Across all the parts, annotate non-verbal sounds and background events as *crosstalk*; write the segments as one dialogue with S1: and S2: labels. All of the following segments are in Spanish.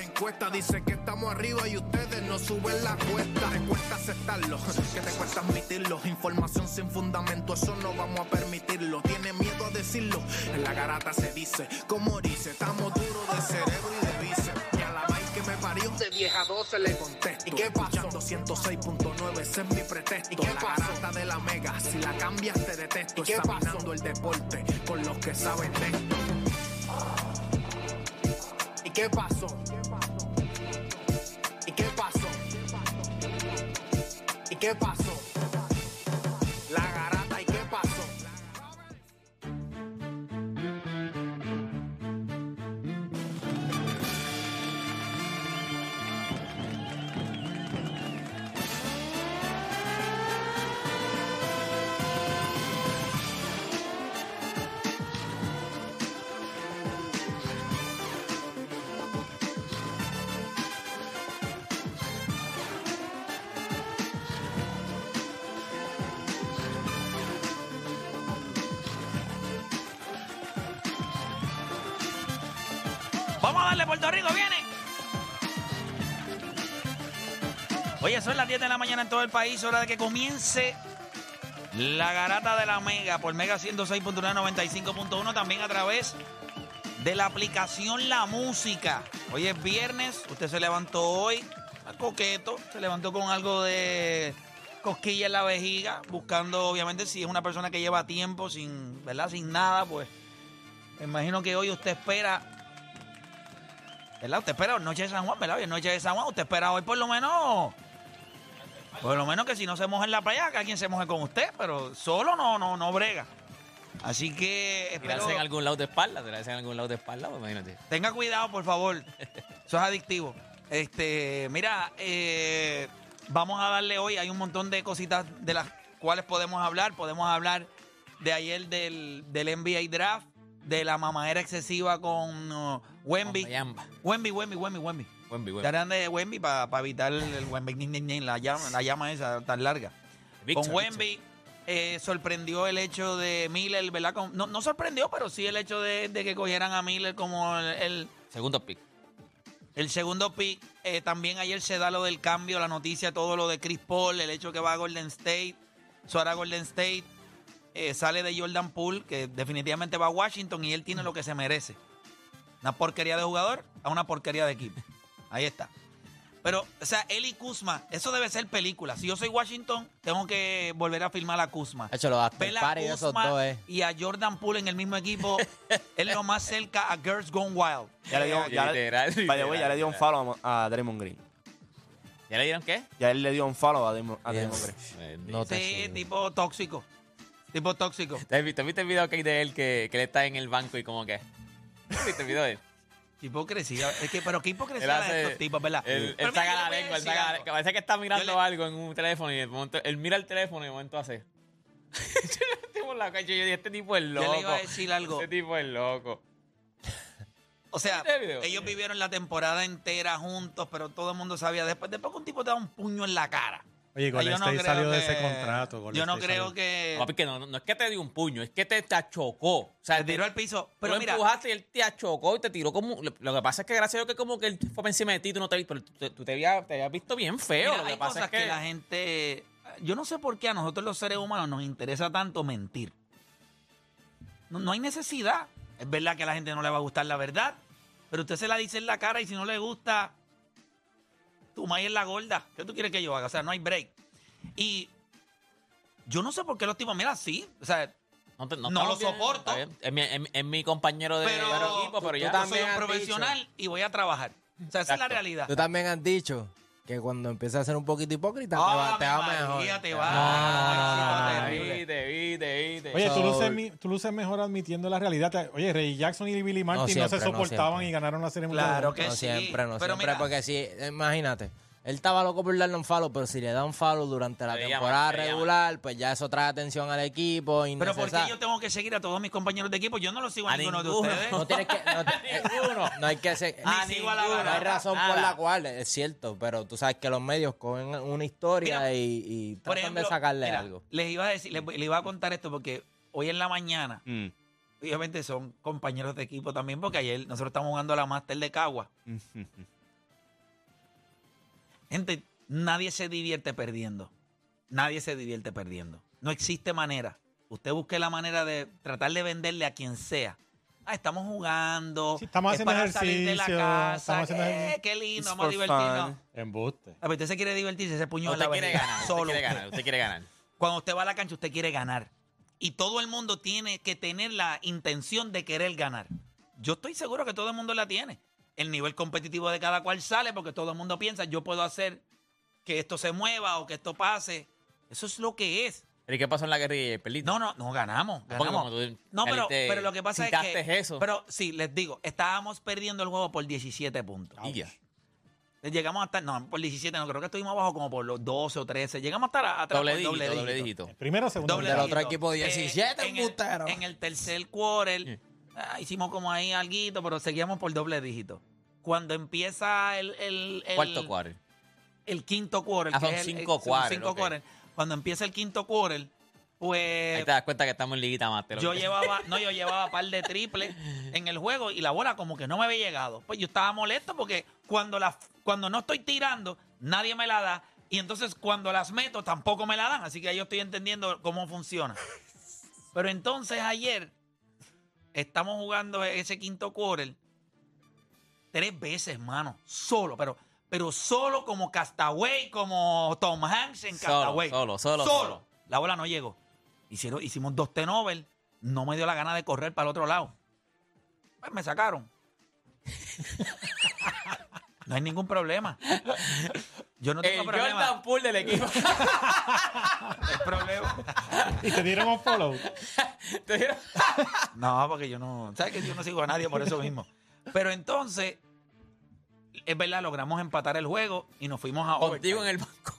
S1: encuestas dicen que estamos arriba y ustedes no suben la cuesta. Te cuesta aceptarlo, que te cuesta admitirlo. Información sin fundamento, eso no vamos a permitirlo. Tiene miedo a decirlo. En la garata se dice, como dice, estamos duros de cerebro y de bíceps. Y a la vaina que me parió, de 10 a 12 le contesto. ¿Y qué pasó? 106.9, ese es mi pretexto. ¿Y qué la garata de la mega, si la cambias te detesto. ¿Y qué pasó? el deporte con los que saben de esto. ¿Y qué pasó? ¿Y qué pasó? ¿Y qué pasó? La garata, ¿y qué pasó?
S2: Vamos a darle Puerto Rico, viene. Oye, son las 10 de la mañana en todo el país, hora de que comience la garata de la Mega por Mega 106.995.1 también a través de la aplicación La Música. Hoy es viernes, usted se levantó hoy, está coqueto, se levantó con algo de cosquilla en la vejiga, buscando obviamente si es una persona que lleva tiempo sin, ¿verdad? Sin nada, pues me imagino que hoy usted espera ¿verdad? Usted espera Noche de San Juan, ¿verdad? Hoy es Noche de San Juan. Usted espera hoy por lo menos. Por lo menos que si no se moja en la playa, que alguien se moje con usted, pero solo no, no, no brega. Así que espero,
S3: Tirarse en algún lado de espalda, tirarse en algún lado de espalda, pues imagínate.
S2: tenga cuidado, por favor. Eso es adictivo. Este, mira, eh, vamos a darle hoy. Hay un montón de cositas de las cuales podemos hablar. Podemos hablar de ayer del, del NBA Draft, de la mamadera excesiva con uh, Wemby.
S3: Mamayamba.
S2: Wemby, Wemby, Wemby, Wemby.
S3: Buen vivo.
S2: Ya eran de Wemby para evitar el, el Wemby, ni, ni, ni, la, llama, la llama esa tan larga.
S3: Víctor,
S2: Con Wemby eh, sorprendió el hecho de Miller, ¿verdad? Con- no, no sorprendió, pero sí el hecho de, de que cogieran a Miller como el, el-
S3: Segundo pick.
S2: el segundo pick. Eh, también ayer se da lo del cambio, la noticia, todo lo de Chris Paul, el hecho que va a Golden State, Suara Golden State, eh, sale de Jordan Poole, que definitivamente va a Washington y él tiene lo que se merece. Una porquería de jugador a una porquería de equipo. Ahí está. Pero, o sea, él y Kuzma, eso debe ser película. Si yo soy Washington, tengo que volver a filmar a Kuzma.
S3: hecho, los
S2: Ver a Kuzma
S4: eh.
S2: y a Jordan Poole en el mismo
S4: *laughs*
S2: equipo es lo más cerca a Girls Gone Wild. Eh,
S4: Ya le dio, ya le-
S3: Literal,
S4: *laughs* by the way, ya
S3: literal,
S4: le dio un
S3: literal.
S4: follow a, a Draymond Green.
S3: ¿Ya le dieron qué?
S4: Ya él le dio un follow a Draymond, a Draymond Green.
S3: Eh, No te
S2: Sí,
S3: sigo.
S2: tipo tóxico. Tipo tóxico.
S3: ¿Te has visto- viste el video que hay de él que, que él está en el banco y como que... ¿Has visto el video
S2: *laughs*
S3: de él?
S2: Hipocresía. Es que, pero qué
S3: Él
S2: hipocresía de
S3: hace...
S2: estos tipos, ¿verdad?
S3: Él, él
S2: Pero mira,
S3: saca
S2: yo le
S3: la
S2: voy a
S3: lengua,
S2: decir
S3: él saca la
S2: algo.
S3: lengua. Parece que está mirando
S2: Yo le-
S3: algo en un teléfono y de momento... Él mira el teléfono y de momento hace... *laughs* Yo tipo en la calle, yo dije, este tipo es loco.
S2: Yo le iba a decir algo.
S3: Este tipo es loco.
S2: O sea,
S3: ¿Viste el video?
S2: ellos
S3: Sí.
S2: vivieron la temporada entera juntos, pero todo el mundo sabía. Después, después que un tipo te da un puño en la cara.
S5: Oye,
S2: Ah,
S5: Golden
S2: yo no
S5: State
S2: creo
S5: este salió de
S2: que-
S5: ese contrato. Golden
S2: Yo no
S5: State
S2: creo
S5: salió.
S2: que.
S3: Papi, que no, no- no es que te dio un puño, es que te, te achocó. O sea,
S2: Se tiró
S3: te-
S2: al piso.
S3: tú
S2: Pero
S3: lo
S2: mira,
S3: empujaste y él te achocó y te tiró como. Lo, lo que pasa es que gracias a Dios que como que él fue por encima de ti, tú no te viste, pero tú, te- tú te, habías, te habías visto bien feo.
S2: mira,
S3: lo que
S2: hay
S3: pasa
S2: cosas
S3: es que,
S2: que la gente. Yo no sé por qué a nosotros los seres humanos nos interesa tanto mentir. No, no hay necesidad. Es verdad que a la gente no le va a gustar la verdad, pero usted se la dice en la cara y si no le gusta, tu maíz es la gorda. ¿Qué tú quieres que yo haga? O sea, no hay break. Y yo no sé por qué los tipos, mira, sí. O sea,
S3: no, te-
S2: no
S3: estamos
S2: lo soporto.
S3: está bien. Es mi, es mi- es mi compañero de,
S2: pero,
S3: de equipo, pero
S2: tú-
S3: ya.
S2: yo soy un profesional y voy a trabajar. O sea, esa es la
S3: Exacto.
S2: realidad.
S6: Tú también has dicho que cuando empiezas a ser un poquito hipócrita,
S2: Ah,
S6: te va,
S2: mi
S6: te va
S2: María,
S6: mejor.
S2: te va.
S6: Ah,
S2: Ay,
S3: Ay,
S2: terrible.
S3: te vi, te vi, te vi.
S5: Oye, tú
S6: So-
S5: luces, mi- tú luces mejor admitiendo la realidad. Te- Oye, Ray Jackson y Billy Martin no,
S6: siempre,
S5: se
S6: no
S5: soportaban
S6: siempre.
S5: y ganaron la serie
S2: Claro
S5: mundial.
S2: que
S6: no
S2: sí.
S6: siempre, no
S2: pero
S6: siempre,
S2: mira,
S6: porque sí, imagínate, Él estaba loco por darle un follow, pero si le dan follow durante la
S3: Se llama,
S6: temporada
S3: se llama.
S6: regular, pues ya eso trae atención al equipo.
S2: Pero ¿por qué
S6: innecesa-
S2: yo tengo que seguir a todos mis compañeros de equipo? Yo no los sigo a,
S3: A
S2: ninguno,
S3: ninguno.
S2: de ustedes.
S6: No tienes que.
S2: *laughs*
S6: No, te- eh, no hay que ser.
S2: ¿Eh? Ah, Ni sigo a la
S6: no hay
S2: barata,
S6: razón por
S2: nada.
S6: la cual, es cierto, pero tú sabes que los medios cogen una historia
S2: Mira,
S6: y, y
S2: Por
S6: tratan de
S2: ejemplo,
S6: sacarle
S2: mira,
S6: algo.
S2: Les iba a decir, les, les iba a contar esto porque hoy en la mañana,
S4: Mm.
S2: obviamente son compañeros de equipo también, porque ayer nosotros estamos jugando a la Master de Cagua. Gente, nadie se divierte perdiendo. Nadie se divierte perdiendo. No existe manera. Usted busque la manera de tratar de venderle a quien sea. Ah, estamos jugando.
S5: Sí, estamos
S2: es
S5: haciendo
S2: para salir de la
S5: ejercicio,
S2: casa.
S5: estamos haciendo
S2: eh,
S5: ejercicio.
S2: qué lindo,
S4: It's
S2: vamos a
S4: for
S2: divertirnos.
S4: fun.
S5: Embuste.
S2: A ver, usted se quiere divertirse, ese puño en la
S3: Usted quiere
S2: barriga,
S3: ganar, usted
S2: solo
S3: quiere
S2: usted.
S3: ganar, usted quiere ganar.
S2: Cuando usted va a la cancha, usted quiere ganar. Y todo el mundo tiene que tener la intención de querer ganar. Yo estoy seguro que todo el mundo la tiene. El nivel competitivo de cada cual sale porque todo el mundo piensa, yo puedo hacer que esto se mueva o que esto pase. Eso es lo que es.
S3: ¿Y qué pasó en la guerrilla? ¿Perdiste?
S2: No, no, no, ganamos.
S3: Porque
S2: ganamos.
S3: como tú
S2: No, pero,
S3: saliste-
S2: pero lo que pasa es que...
S3: citaste eso.
S2: Pero sí, les digo, estábamos perdiendo el juego por 17 puntos.
S3: Y ya.
S2: Llegamos hasta... No, por 17, no, creo que estuvimos abajo como por los 12 o 13. Llegamos hasta la- atrás
S3: Doble
S2: por
S3: dígito, doble dígito.
S5: El primero, segundo.
S2: Doble
S6: Del
S5: tercero.
S6: otro
S2: dígito.
S6: equipo,
S2: Eh,
S6: 17,
S2: en el-
S6: embustero.
S2: En el tercer quarter ah, hicimos como ahí alguito, pero seguíamos por doble dígito. Cuando empieza el, el- el-
S3: Cuarto cuadro.
S2: el quinto quarter,
S3: Ah,
S2: que
S3: son
S2: es el- el-
S3: cinco
S2: son
S3: quarter,
S2: cinco
S3: ok.
S2: quarter, cuando empieza el quinto quarter,
S3: Ahí
S2: pues
S3: te das cuenta que estamos en liguita más. te lo
S2: yo
S3: digo.
S2: llevaba, no, yo llevaba par de triples en el juego y la bola como que no me había llegado. Pues yo estaba molesto porque cuando la, cuando no estoy tirando, nadie me la da. Y entonces cuando las meto tampoco me la dan. Así que ahí yo estoy entendiendo cómo funciona. Pero entonces ayer estamos jugando ese quinto quarter tres veces, mano. Solo, pero, pero solo como Castaway, como Tom Hanks en
S3: Solo,
S2: Castaway.
S3: solo, solo, solo.
S2: La bola no llegó. Hicieron, hicimos dos tenover. No me dio la gana de correr para el otro lado. Pues me sacaron. *laughs* no hay ningún problema. Yo no tengo
S3: El
S2: problema.
S3: Jordan Pool del equipo.
S2: El problema.
S5: Y te dieron un
S2: *laughs*
S5: follow.
S3: Te dieron-
S2: No, porque yo no. ¿Sabes que yo no sigo a nadie por eso
S3: *laughs*
S2: mismo? Pero entonces, es verdad, logramos empatar el juego y nos fuimos a
S3: Contigo en
S2: overtime.
S3: el banco.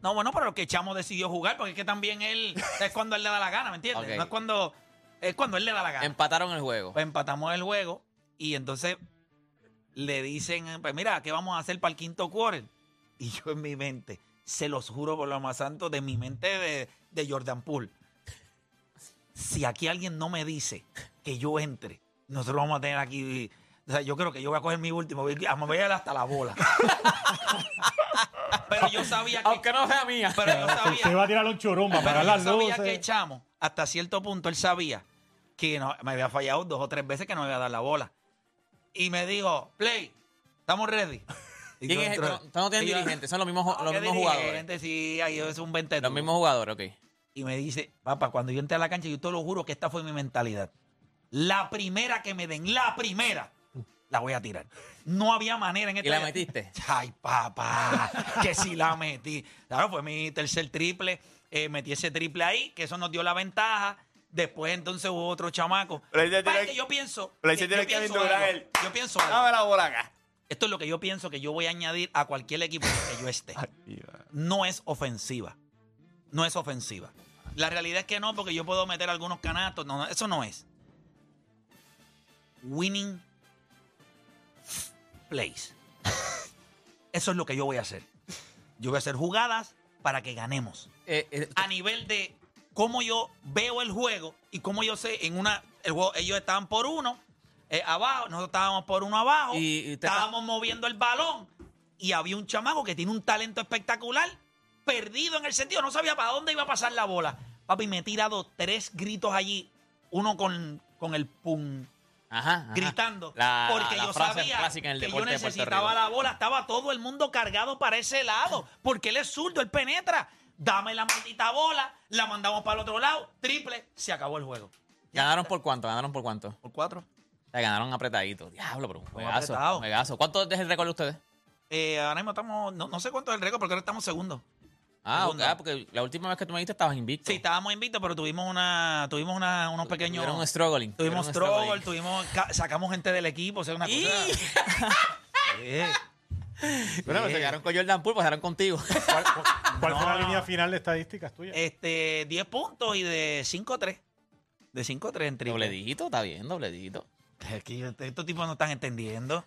S2: No, bueno, pero que Chamo decidió jugar, porque es que también él. Es cuando él le da la gana, ¿me entiendes?
S3: Ok.
S2: No es cuando. Es cuando él le da la gana.
S3: Empataron el juego.
S2: Pues empatamos el juego y entonces le dicen, pues mira, ¿qué vamos a hacer para el quinto quarter? Y yo en mi mente, se los juro por lo más santo, de mi mente de, de Jordan Poole. Si aquí alguien no me dice que yo entre, nosotros vamos a tener aquí... O sea, yo creo que yo voy a coger mi último, voy a me voy a ir hasta la bola. *laughs* pero yo sabía *laughs* que...
S3: Aunque no sea mía.
S2: pero yo
S5: Se, se
S2: sabía
S5: iba a tirar un churumba
S2: pero
S5: para
S2: yo
S5: las
S2: sabía
S5: luces.
S2: que Chamo, hasta cierto punto, él sabía que no, me había fallado dos o tres veces que no me había dado la bola. Y me dijo, Play, estamos ready. Y
S3: *laughs*
S2: yo
S3: ¿Quién es el-
S2: entro-
S3: no, no, no tienen
S2: y yo-
S3: dirigentes, son los mismos,
S2: "No,
S3: los
S2: ¿qué
S3: mismos jugadores.
S2: dirigente? Sí, ahí es un 20
S3: Los mismos jugadores, ok.
S2: Y me dice, papá, cuando yo entré a la cancha, yo te lo juro que esta fue mi mentalidad. La primera que me den, la primera, la voy a tirar. No había manera en esta.
S3: ¿Y la metiste?
S2: *laughs* Ay, papá, que si la metí. Claro, fue mi tercer triple. eh, metí ese triple ahí, que eso nos dio la ventaja. Después entonces hubo otro chamaco.
S4: Pero ahí se
S2: Pa,
S4: tiene-
S2: es que yo pienso.
S4: pero ahí se
S2: eh,
S4: tiene
S2: yo,
S4: que
S2: pienso
S4: aventurar
S2: algo,
S4: él.
S2: yo pienso algo.
S4: Dame la bola acá.
S2: Esto es lo que yo pienso que yo voy a añadir a cualquier equipo en el que yo esté no es ofensiva. No es ofensiva. La realidad es que no, porque yo puedo meter algunos canastos. No, no, eso no es. Winning plays. Eso es lo que yo voy a hacer. Yo voy a hacer jugadas para que ganemos.
S3: Eh, eh,
S2: A nivel de cómo yo veo el juego y cómo yo sé en una. El juego, ellos estaban por uno eh, abajo, nosotros estábamos por uno abajo.
S3: Y- y te-
S2: estábamos moviendo el balón y había un chamaco que tiene un talento espectacular, perdido en el sentido, no sabía para dónde iba a pasar la bola. Papi, me he tirado tres gritos allí, uno con, con el pum,
S3: ajá, ajá.
S2: Ah, gritando,
S3: La-
S2: porque
S3: la
S2: yo
S3: frase
S2: sabía
S3: clásica en el
S2: que yo
S3: deporte de Puerto
S2: necesitaba
S3: Rico.
S2: la bola, estaba todo el mundo cargado para ese lado, porque él es zurdo, él penetra, dame la maldita bola, la mandamos para el otro lado, triple, se acabó el juego.
S3: ¿Ganaron por cuánto? ¿Ganaron por cuánto?
S2: Por cuatro.
S3: O sea, ganaron apretadito. Diablo, pero un juegazo.
S2: apretado.
S3: un juegazo. ¿Cuánto es el récord de ustedes?
S2: Eh, ahora mismo estamos, no, no sé cuánto es el récord, porque ahora estamos segundos.
S3: Ah, ok,
S2: Segundo.
S3: ah, porque la última vez que tú me dijiste estabas invicto.
S2: Sí, estábamos invictos, pero tuvimos una, tuvimos una, unos pequeños.
S3: Tuvieron un struggling.
S2: tuvimos
S3: tuvieron un
S2: struggle,
S3: struggling. *laughs*
S2: tuvimos ca- sacamos gente del equipo, o sea, una cosa.
S3: ¡Y!
S2: Sí.
S3: Bueno, pero se quedaron con Jordan Poole, pasaron contigo. *laughs*
S5: ¿Cuál, cuál- cuál fue
S2: No,
S5: la
S2: no.
S5: línea final de estadísticas tuyas?
S7: Eh,
S2: Este, 10 puntos y de 5-3. De 5-3 en triple.
S3: dobledito, está bien, dobledito.
S2: Es que yo- estos tipos no están entendiendo.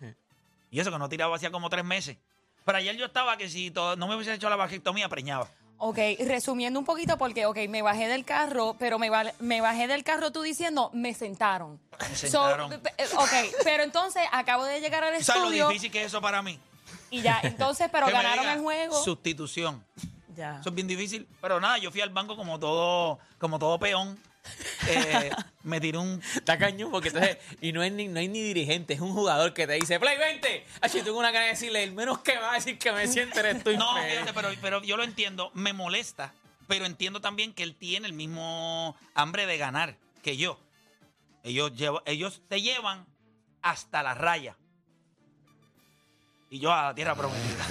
S2: Y eso que no tiraba hacía como tres meses. Pero ayer yo estaba que si todo- no me hubiesen hecho la vasectomía, preñaba.
S8: Ok, resumiendo un poquito, porque, ok, me bajé del carro, pero me, ba- me bajé del carro tú diciendo, me sentaron.
S2: Me
S8: So,
S2: sentaron.
S8: pe- pe- ok, pero entonces acabo de llegar al
S2: ¿Tú ¿Sabes lo
S8: estudio
S2: difícil que es *laughs* eso para mí?
S8: y ya, entonces, pero
S2: *laughs* Que me
S8: ganaron
S2: diga
S8: el juego.
S2: Sustitución.
S8: Ya.
S2: Eso es bien difícil. Pero nada, yo fui al banco como todo, como todo peón.
S8: *laughs*
S2: Eh, me tiré un
S3: Está cañón, porque entonces, y no, es ni, no hay ni dirigente, es un jugador que te dice, Play 20. Ay, yo tengo una cara de decirle, el menos que va a decir que me siente eres tú.
S2: *laughs* No,
S3: infeliz".
S2: fíjate, pero, pero yo lo entiendo, me molesta, pero entiendo también que él tiene el mismo hambre de ganar que yo. Ellos, lleva- ellos te llevan hasta la raya. Y yo a la tierra
S3: *laughs*
S2: prometida.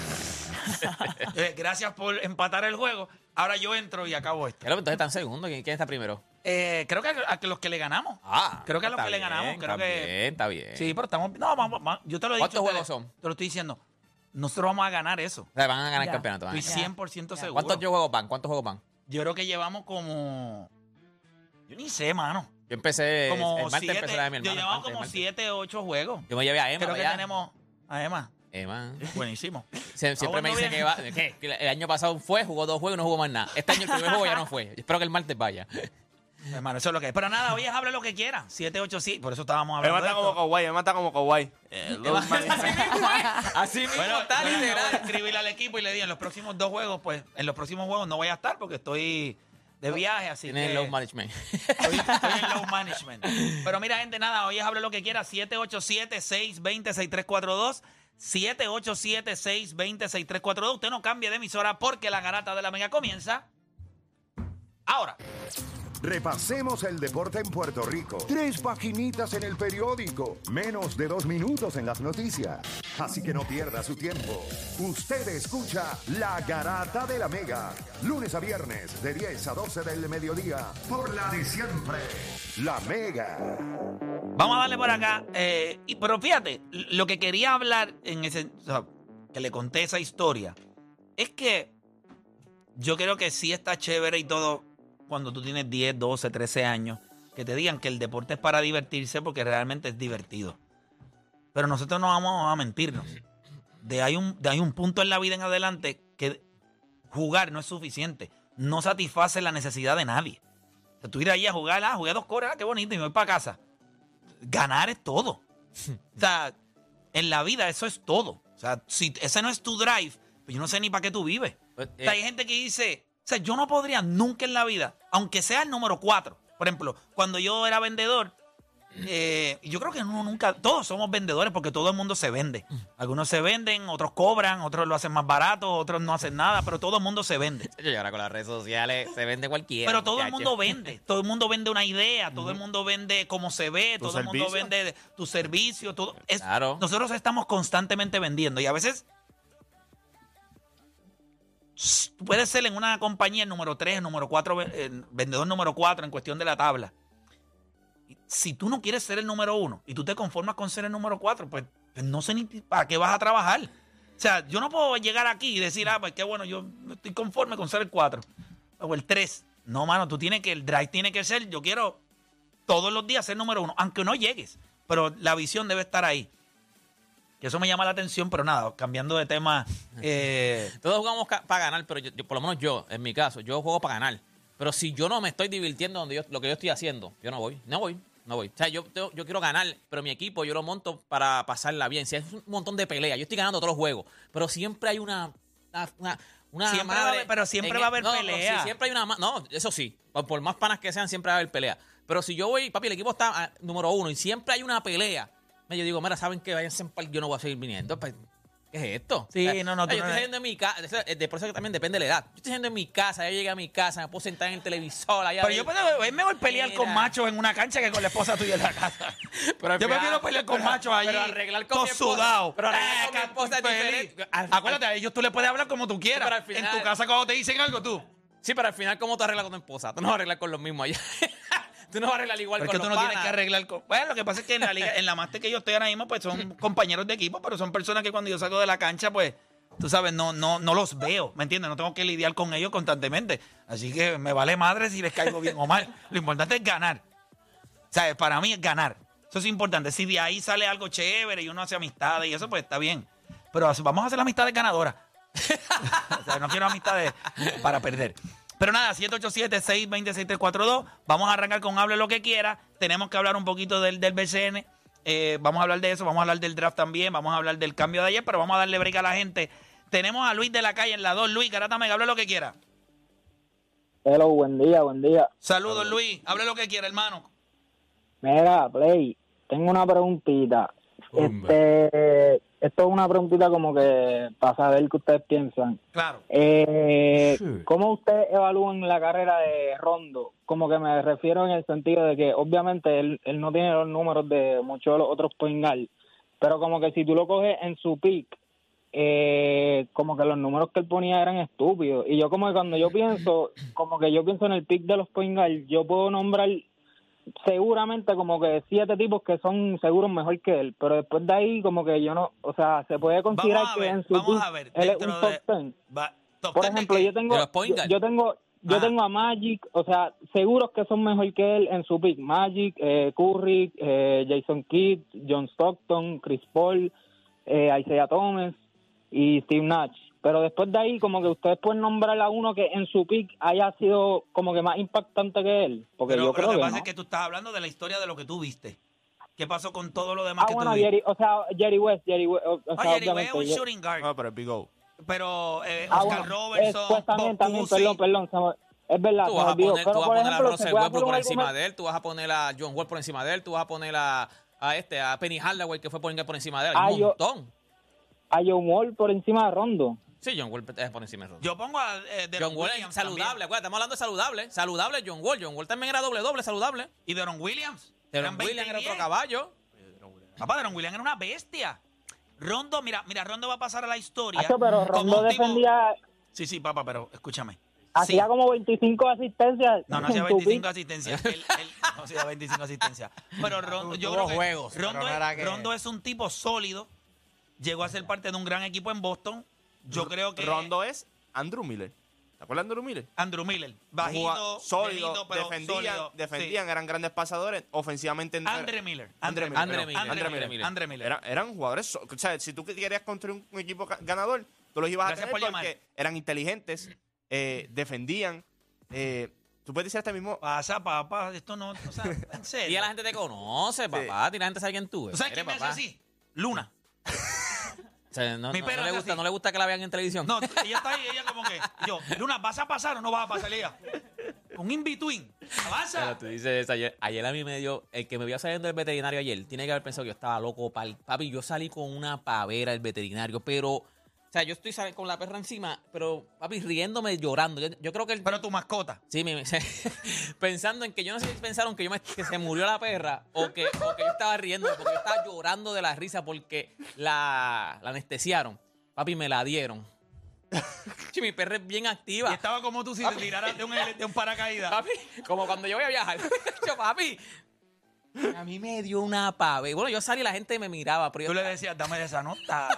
S2: Eh, Gracias por empatar el juego. Ahora yo entro y acabo esto.
S3: Ya lo- Entonces están segundo, ¿quién, quién está primero?
S2: Eh, creo que a, a que los que le ganamos.
S3: Ah,
S2: creo que a los
S3: está
S2: que le
S3: bien,
S2: ganamos. Creo
S3: está
S2: que,
S3: bien, está bien.
S2: Sí, pero estamos. No, vamos, vamos, yo te lo he dicho.
S3: ¿Cuántos
S2: a
S3: juegos
S2: ustedes,
S3: son?
S2: Te lo estoy diciendo. Nosotros vamos a ganar eso.
S3: O sea, van a ganar
S8: Ya.
S3: el campeonato. van a
S2: Estoy
S3: ganar.
S2: 100% seguro.
S3: Ah, ¿Cuántos juegos van? ¿Cuántos juegos van?
S2: Yo creo que llevamos como. Yo ni sé, mano.
S3: Yo empecé,
S2: Como
S3: Eh, el martes
S2: siete.
S3: empecé la de mi
S2: yo
S3: hermano. el
S2: llevamos
S3: martes, el
S2: como
S3: martes.
S2: 7, 8 juegos.
S3: Yo me llevé a Emma.
S2: creo
S3: para
S2: que
S3: allá.
S2: tenemos. A Emma. *laughs*
S3: Emma. *laughs*
S2: Buenísimo.
S3: Sie- siempre
S2: bueno,
S3: me dice
S2: bien.
S3: que va. ¿qué? Que El año pasado fue, jugó dos juegos y no jugó más nada. Este año el primer juego ya no fue. Espero que el martes vaya.
S2: Hermano, eso es lo que es. Pero nada, oye, hable lo que quiera. 7, 8, sí. Por eso estábamos
S4: Me
S2: hablando. de
S4: mata como
S2: esto.
S4: Kawhi, me mata como Kawhi. Eh, los man-
S3: Así mismo
S2: Bueno,
S3: está
S2: bueno, yo voy a
S3: literal.
S2: escribirle al equipo y le dije, en los próximos dos juegos, pues, en los próximos juegos no voy a estar porque estoy de viaje, así
S3: Tiene
S2: que...
S3: el low management.
S2: Estoy, estoy en low management. Pero mira, gente, nada, hoy es hable lo que quiera. 787-620-6342. 787-620-6342. Usted no cambie de emisora porque la garata de la mega comienza ahora.
S9: Repasemos el deporte en Puerto Rico. Tres paginitas en el periódico. Menos de dos minutos en las noticias. Así que no pierda su tiempo. Usted escucha La Garata de la Mega. Lunes a viernes de 10 a 12 del mediodía. Por la de siempre. La Mega.
S2: Vamos a darle por acá. eh, y, pero fíjate, lo que quería hablar en ese. o sea, que le conté esa historia. Es que yo creo que sí está chévere y todo cuando tú tienes 10, 12, 13 años. Que te digan que el deporte es para divertirse porque realmente es divertido. Pero nosotros no vamos a mentirnos. De hay un, de hay un punto en la vida en adelante que jugar no es suficiente. No satisface la necesidad de nadie. O sea, tú ir ahí a jugar, ah, jugué dos coras, ah, qué bonito, y me voy para casa ganar es todo. O sea, en la vida eso es todo. O sea, si ese no es tu drive, pues yo no sé ni para qué tú vives.
S3: Pues,
S2: O sea,
S3: eh,
S2: hay gente que dice, o sea, yo no podría nunca en la vida, aunque sea el número cuatro. Por ejemplo, cuando yo era vendedor, eh, yo creo que uno nunca, todos somos vendedores porque todo el mundo se vende.
S3: Mm.
S2: Algunos se venden, otros cobran, otros lo hacen más barato, otros no hacen nada, pero todo el mundo se vende.
S3: Y ahora con las redes sociales se vende cualquiera.
S2: Pero todo el
S3: muchacho.
S2: mundo vende, todo el mundo vende una idea, todo el mundo vende cómo se ve,
S4: ¿Tu
S2: todo el mundo
S4: servicio?
S2: vende tu servicio, todo. Es-
S3: Claro.
S2: Nosotros estamos constantemente vendiendo y a veces s- tú puedes ser en una compañía el número 3, el número 4, vendedor número 4 en cuestión de la tabla. Y Si tú no quieres ser el número 1 y tú te conformas con ser el número 4, pues pues no sé ni para qué vas a trabajar. O sea, yo no puedo llegar aquí y decir, ah, pues qué bueno, yo estoy conforme con ser el 4 o el 3. No, mano, tú tienes que, el drive tiene que ser, yo quiero todos los días ser número uno, aunque no llegues, pero la visión debe estar ahí. Que eso me llama la atención, pero nada, cambiando de
S3: *laughs*
S2: tema, eh,
S3: Todos jugamos para ganar, pero yo, yo- por lo menos yo, en mi caso, yo juego para ganar. Pero si yo no me estoy divirtiendo donde yo, lo que yo estoy haciendo, yo no voy, no voy, no voy. O sea, yo, tengo- yo quiero ganar, pero mi equipo yo lo monto para pasarla bien. Si es un montón de pelea, yo estoy ganando todos los juegos, pero siempre hay una... una, una- una
S2: Siempre va a
S3: madre
S2: haber- pero siempre
S3: en
S2: va a
S3: el-
S2: haber
S3: no, no,
S2: pelea.
S3: sí, siempre hay una... ma- No, eso sí, por, por más panas que sean, siempre va a haber pelea. Pero si yo voy, papi, el equipo está ah, número uno y siempre hay una pelea, yo digo, mira, ¿saben que Váyanse en par, yo no voy a seguir viniendo. pues, ¿Qué es esto?
S2: Sí, no, no, tú no
S3: yo estoy
S2: eres-
S3: saliendo de mi casa. De por eso que también depende de la edad. Yo estoy saliendo de mi casa, ya llegué a mi casa, me puedo sentar en el televisor. allá
S2: Pero
S3: ver-
S2: yo puedo, es mejor pelear con
S3: Mira.
S2: machos en una cancha que con la esposa tuya en la casa.
S3: *laughs* Pero al
S2: yo
S3: final-
S2: prefiero pelear con
S3: pero-
S2: machos allí.
S3: pero arreglar con
S2: todo
S3: mi esposa-
S2: sudado.
S3: pero arreglar con mi
S2: que
S3: esposa es
S2: feliz.
S3: diferente. Al-
S2: Ah, Acuérdate, a ellos tú le puedes hablar como tú quieras.
S3: pero al final-
S2: en tu casa cuando te dicen algo, tú.
S3: Sí, pero al final, ¿cómo tú arreglas con tu esposa? Tú no vas a arreglar con los mismos allá. *laughs* Tú no vas a arreglar igual
S2: Porque
S3: con
S2: tú
S3: los
S2: no tienes
S3: panas.
S2: que arreglar con... Bueno, lo que pasa es que en la liga, en la máster que yo estoy ahora mismo, pues
S3: *laughs*
S2: son compañeros de equipo, pero son personas que cuando yo salgo de la cancha, pues, tú sabes, no, no, no los veo, ¿me entiendes? No tengo que lidiar con ellos constantemente. Así que me vale madre si les caigo bien o mal. Lo importante es ganar. ¿Sabes? Para mí es ganar. Eso es importante. Si de ahí sale algo chévere y uno hace amistades y eso, pues está bien. Pero as- vamos a hacer amistades ganadoras. o sea, no quiero amistades para perder. Pero nada, 787-620-6342. Vamos a arrancar con Hable lo que quiera. Tenemos que hablar un poquito del, del BCN. Eh, vamos a hablar de eso. Vamos a hablar del draft también. Vamos a hablar del cambio de ayer. Pero vamos a darle break a la gente. Tenemos a Luis de la calle en la 2. Luis, Garata Mega, hable lo que quiera.
S7: Hello, buen día, buen día.
S2: Saludos, Luis. Hable lo que quiera, hermano.
S7: Mira, Play, tengo una preguntita. Este, esto es una preguntita como que para saber qué ustedes piensan.
S2: Claro.
S7: Eh, ¿Cómo ustedes evalúan la carrera de Rondo? Como que me refiero en el sentido de que obviamente él, él no tiene los números de muchos de los otros point guard, pero como que si tú lo coges en su pick, eh, como que los números que él ponía eran estúpidos. Y yo como que cuando yo pienso, como que yo pienso en el pick de los point guard, yo puedo nombrar seguramente como que siete tipos que son seguros mejor que él, pero después de ahí como que yo no, o sea, se puede considerar
S2: Vamos a
S7: que
S2: ver,
S7: en su
S2: vamos
S7: pick
S2: a ver.
S7: él es
S2: dentro
S7: un
S2: de-
S7: top ten.
S2: va- top
S7: Por
S2: ten de
S7: ejemplo,
S2: qué?
S7: yo tengo,
S3: ¿De los point
S7: yo,
S3: guard?
S7: yo tengo, yo
S2: Ah.
S7: tengo a Magic, o sea, seguros que son mejor que él en su pick. Magic, eh, Curry, eh, Jason Kidd, John Stockton, Chris Paul, eh, Isaiah Thomas y Steve Nash. Pero después de ahí, como que ustedes pueden nombrar a uno que en su pick haya sido como que más impactante que él. Porque
S2: Pero,
S7: yo
S2: pero
S7: creo
S2: lo que
S7: que
S2: pasa
S7: no.
S2: es que tú estás hablando de la historia de lo que tú viste. ¿Qué pasó con todo lo demás
S7: Ah,
S2: que
S7: bueno,
S2: tú viste?
S7: Jerry, o sea, Jerry West, Jerry West, o, o
S2: Oye,
S7: sea,
S2: Jerry West es
S7: obviamente,
S2: un
S7: Ye-
S2: shooting guard.
S4: No, pero es Big O.
S2: Pero eh,
S7: Ah,
S2: Oscar
S7: bueno,
S2: Robertson,
S7: es- pues también,
S2: Bob
S7: también,
S2: Cousy.
S7: perdón, perdón, se me- es verdad,
S3: Tú
S7: se me
S3: vas a
S7: olvidó.
S3: poner, tú
S7: pero
S3: vas
S7: por
S3: a poner
S7: ejemplo,
S3: a
S7: se
S3: Russell
S7: puede
S3: Westbrook por
S7: hacer un
S3: encima
S7: argumento-
S3: de él, tú vas a poner a John Wall por encima de él, tú vas a poner a, a este, a Penny Hardaway que fue por, por encima de él.
S7: Ah,
S3: un
S7: yo-
S3: montón.
S7: a John Wall por encima de Rondo.
S3: Sí, John Wall es por encima de Rondo.
S2: Yo pongo a eh, Deron
S3: John Wall es
S2: Williams
S3: saludable,
S2: también.
S3: acuérdate, estamos hablando de saludable. Saludable John Wall. John Wall también era doble doble, saludable.
S2: Y Deron Williams.
S3: Pero
S2: Eran 20
S3: Williams
S2: y
S3: era otro
S2: 10.
S3: caballo.
S2: Papá, Deron Williams era una bestia. Rondo, mira, mira, Rondo va a pasar a la historia.
S7: Hacho, pero
S2: como
S7: Rondo
S2: un tipo-
S7: defendía,
S2: Sí, sí, papá, pero escúchame. Sí.
S7: hacía como 25 asistencias.
S2: No, no
S7: en
S2: hacía
S7: tu
S2: 25
S7: pick.
S2: asistencias. Él, él no hacía 25 asistencias. Pero Rondo, yo
S6: Tuvo
S2: creo que
S6: juegos,
S2: Rondo,
S6: pero no
S2: es,
S6: era que-
S2: Rondo es un tipo sólido. Llegó a ser parte de un gran equipo en Boston. Yo creo que
S4: Rondo es Andrew Miller. ¿Te acuerdas de Andrew Miller?
S2: Andrew Miller,
S4: Jugaba-
S2: bajito,
S4: sólido,
S2: delito, pero
S4: defendían,
S2: sólido,
S4: defendían, eran grandes pasadores, ofensivamente
S2: sí.
S4: no era-
S2: Andre Miller,
S4: Andre Miller,
S3: Andre
S4: perdón.
S3: Miller,
S2: Andre
S3: Andre
S2: Miller,
S3: Miller.
S2: Andre Miller.
S4: Era- eran jugadores, so- o sea, si tú querías construir un equipo ca- ganador, tú los ibas
S2: Gracias
S4: a tener
S2: por
S4: porque
S2: llamar.
S4: eran inteligentes, eh, defendían, eh, tú puedes decir hasta mismo,
S2: Pasa, papá, esto no, o sea,
S3: *laughs*
S2: en
S3: Y
S2: serio.
S3: la gente te conoce, papá. Y la gente sabe quién tú
S2: ¿Tú
S3: eres.
S2: sabes quién me hace
S3: papá.
S2: así? Luna.
S3: O sea, no,
S2: Mi
S3: no-
S2: perro
S3: no le
S2: hace
S3: gusta,
S2: así.
S3: no le gusta que la vean en televisión.
S2: No, tú- ella está ahí, ella como que, yo, Luna, ¿vas a pasar o no vas a pasar? Y Ella, un in-between, avanza.
S3: Pero tú dices eso, ayer, ayer a mí me dio, el que me vio saliendo del veterinario ayer, tiene que haber pensado que yo estaba loco, pal- papi, yo salí con una pavera del veterinario, pero, o sea, yo estoy sal- con la perra encima, pero, papi, riéndome, llorando, yo, yo creo que el...
S2: Pero tu mascota.
S3: Sí, mi- *laughs* pensando en que yo no sé si pensaron que yo me- que se murió la perra o que, o que yo estaba riendo, porque yo estaba llorando de la risa porque la, la anestesiaron. Papi, me la dieron. *laughs* Sí, mi perra es bien
S2: Y
S3: activa.
S2: estaba como tú si te tiraras de un, de un paracaídas.
S3: Papi, como cuando yo voy a viajar. *laughs* Yo, papi. A mí me dio una pave. Bueno, yo salí y la gente me miraba, pero yo
S2: Tú le decías, dame de esa nota.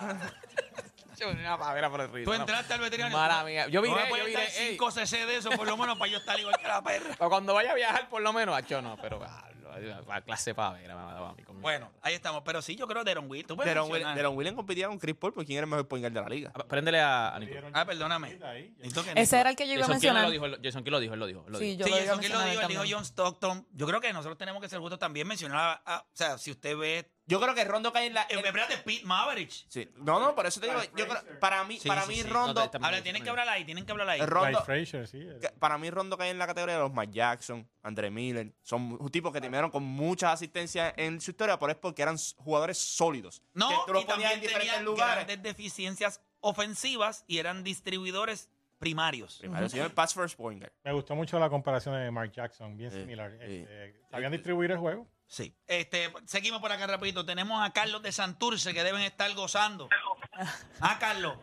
S3: yo, una pavera por el río.
S2: Tú entraste al veterinario.
S3: Mala mía. Yo
S2: no
S3: viré,
S2: me
S3: yo
S2: puedes
S3: viré,
S2: dar
S3: ey.
S2: 5 cc de eso, por lo menos, para yo estar igual que la perra.
S3: O cuando vaya a viajar, por lo menos. Acho, no, pero hablo, la clase de pavera me ha dado a mí. con mi-
S2: Bueno, ahí estamos. Pero sí, yo creo Deron Will. Tú puedes
S4: Deron
S2: mencionar.
S4: William, competía con Chris Paul por quién era el mejor point guard de la liga.
S3: Préndele a, a Nicolás.
S2: Ah, perdóname. Necesito que-
S8: Ese era el que yo iba a
S3: Jason Kidd no
S8: mencionar.
S3: lo dijo, él lo- Jason Kidd lo dijo, él lo dijo. él lo
S8: Sí,
S3: dijo.
S8: yo
S2: sí,
S8: lo iba a
S2: eso que lo
S8: mencionar
S2: dijo, él dijo
S8: también.
S2: John Stockton. Yo creo que nosotros tenemos que ser justos también mencionar, a- a- o sea, si usted ve...
S4: Yo creo que Rondo cae en la...
S2: Eh, espérate, Pete Maverick.
S4: Sí. No, no, por eso te digo, yo creo- para mí,
S2: Sí,
S4: para
S2: sí,
S4: mí
S2: sí.
S4: Rondo...
S3: No, te-
S2: Ahora, tienen que hablar ahí, tienen que hablar ahí.
S5: Clyde
S4: Rondo,
S5: Frazier, sí. eh.
S4: Que- Para mí Rondo cae en la categoría de los Mike Jackson, Andre Miller. Son mu- tipos que terminaron con muchas asistencias en su historia, pero es porque eran s- jugadores sólidos. que
S2: No,
S4: tú los
S2: y
S4: ponías
S2: también
S4: en diferentes
S2: tenían
S4: lugares.
S2: grandes deficiencias ofensivas y eran distribuidores primarios.
S4: Primero, señor, pass first point guard.
S5: Me gustó mucho la comparación de Mark Jackson, bien
S4: Sí,
S5: similar.
S4: sí.
S5: Este, sabían distribuir el juego.
S2: Sí. Este, seguimos por acá rapidito. Tenemos a Carlos de Santurce que deben estar gozando. Ah, Carlos.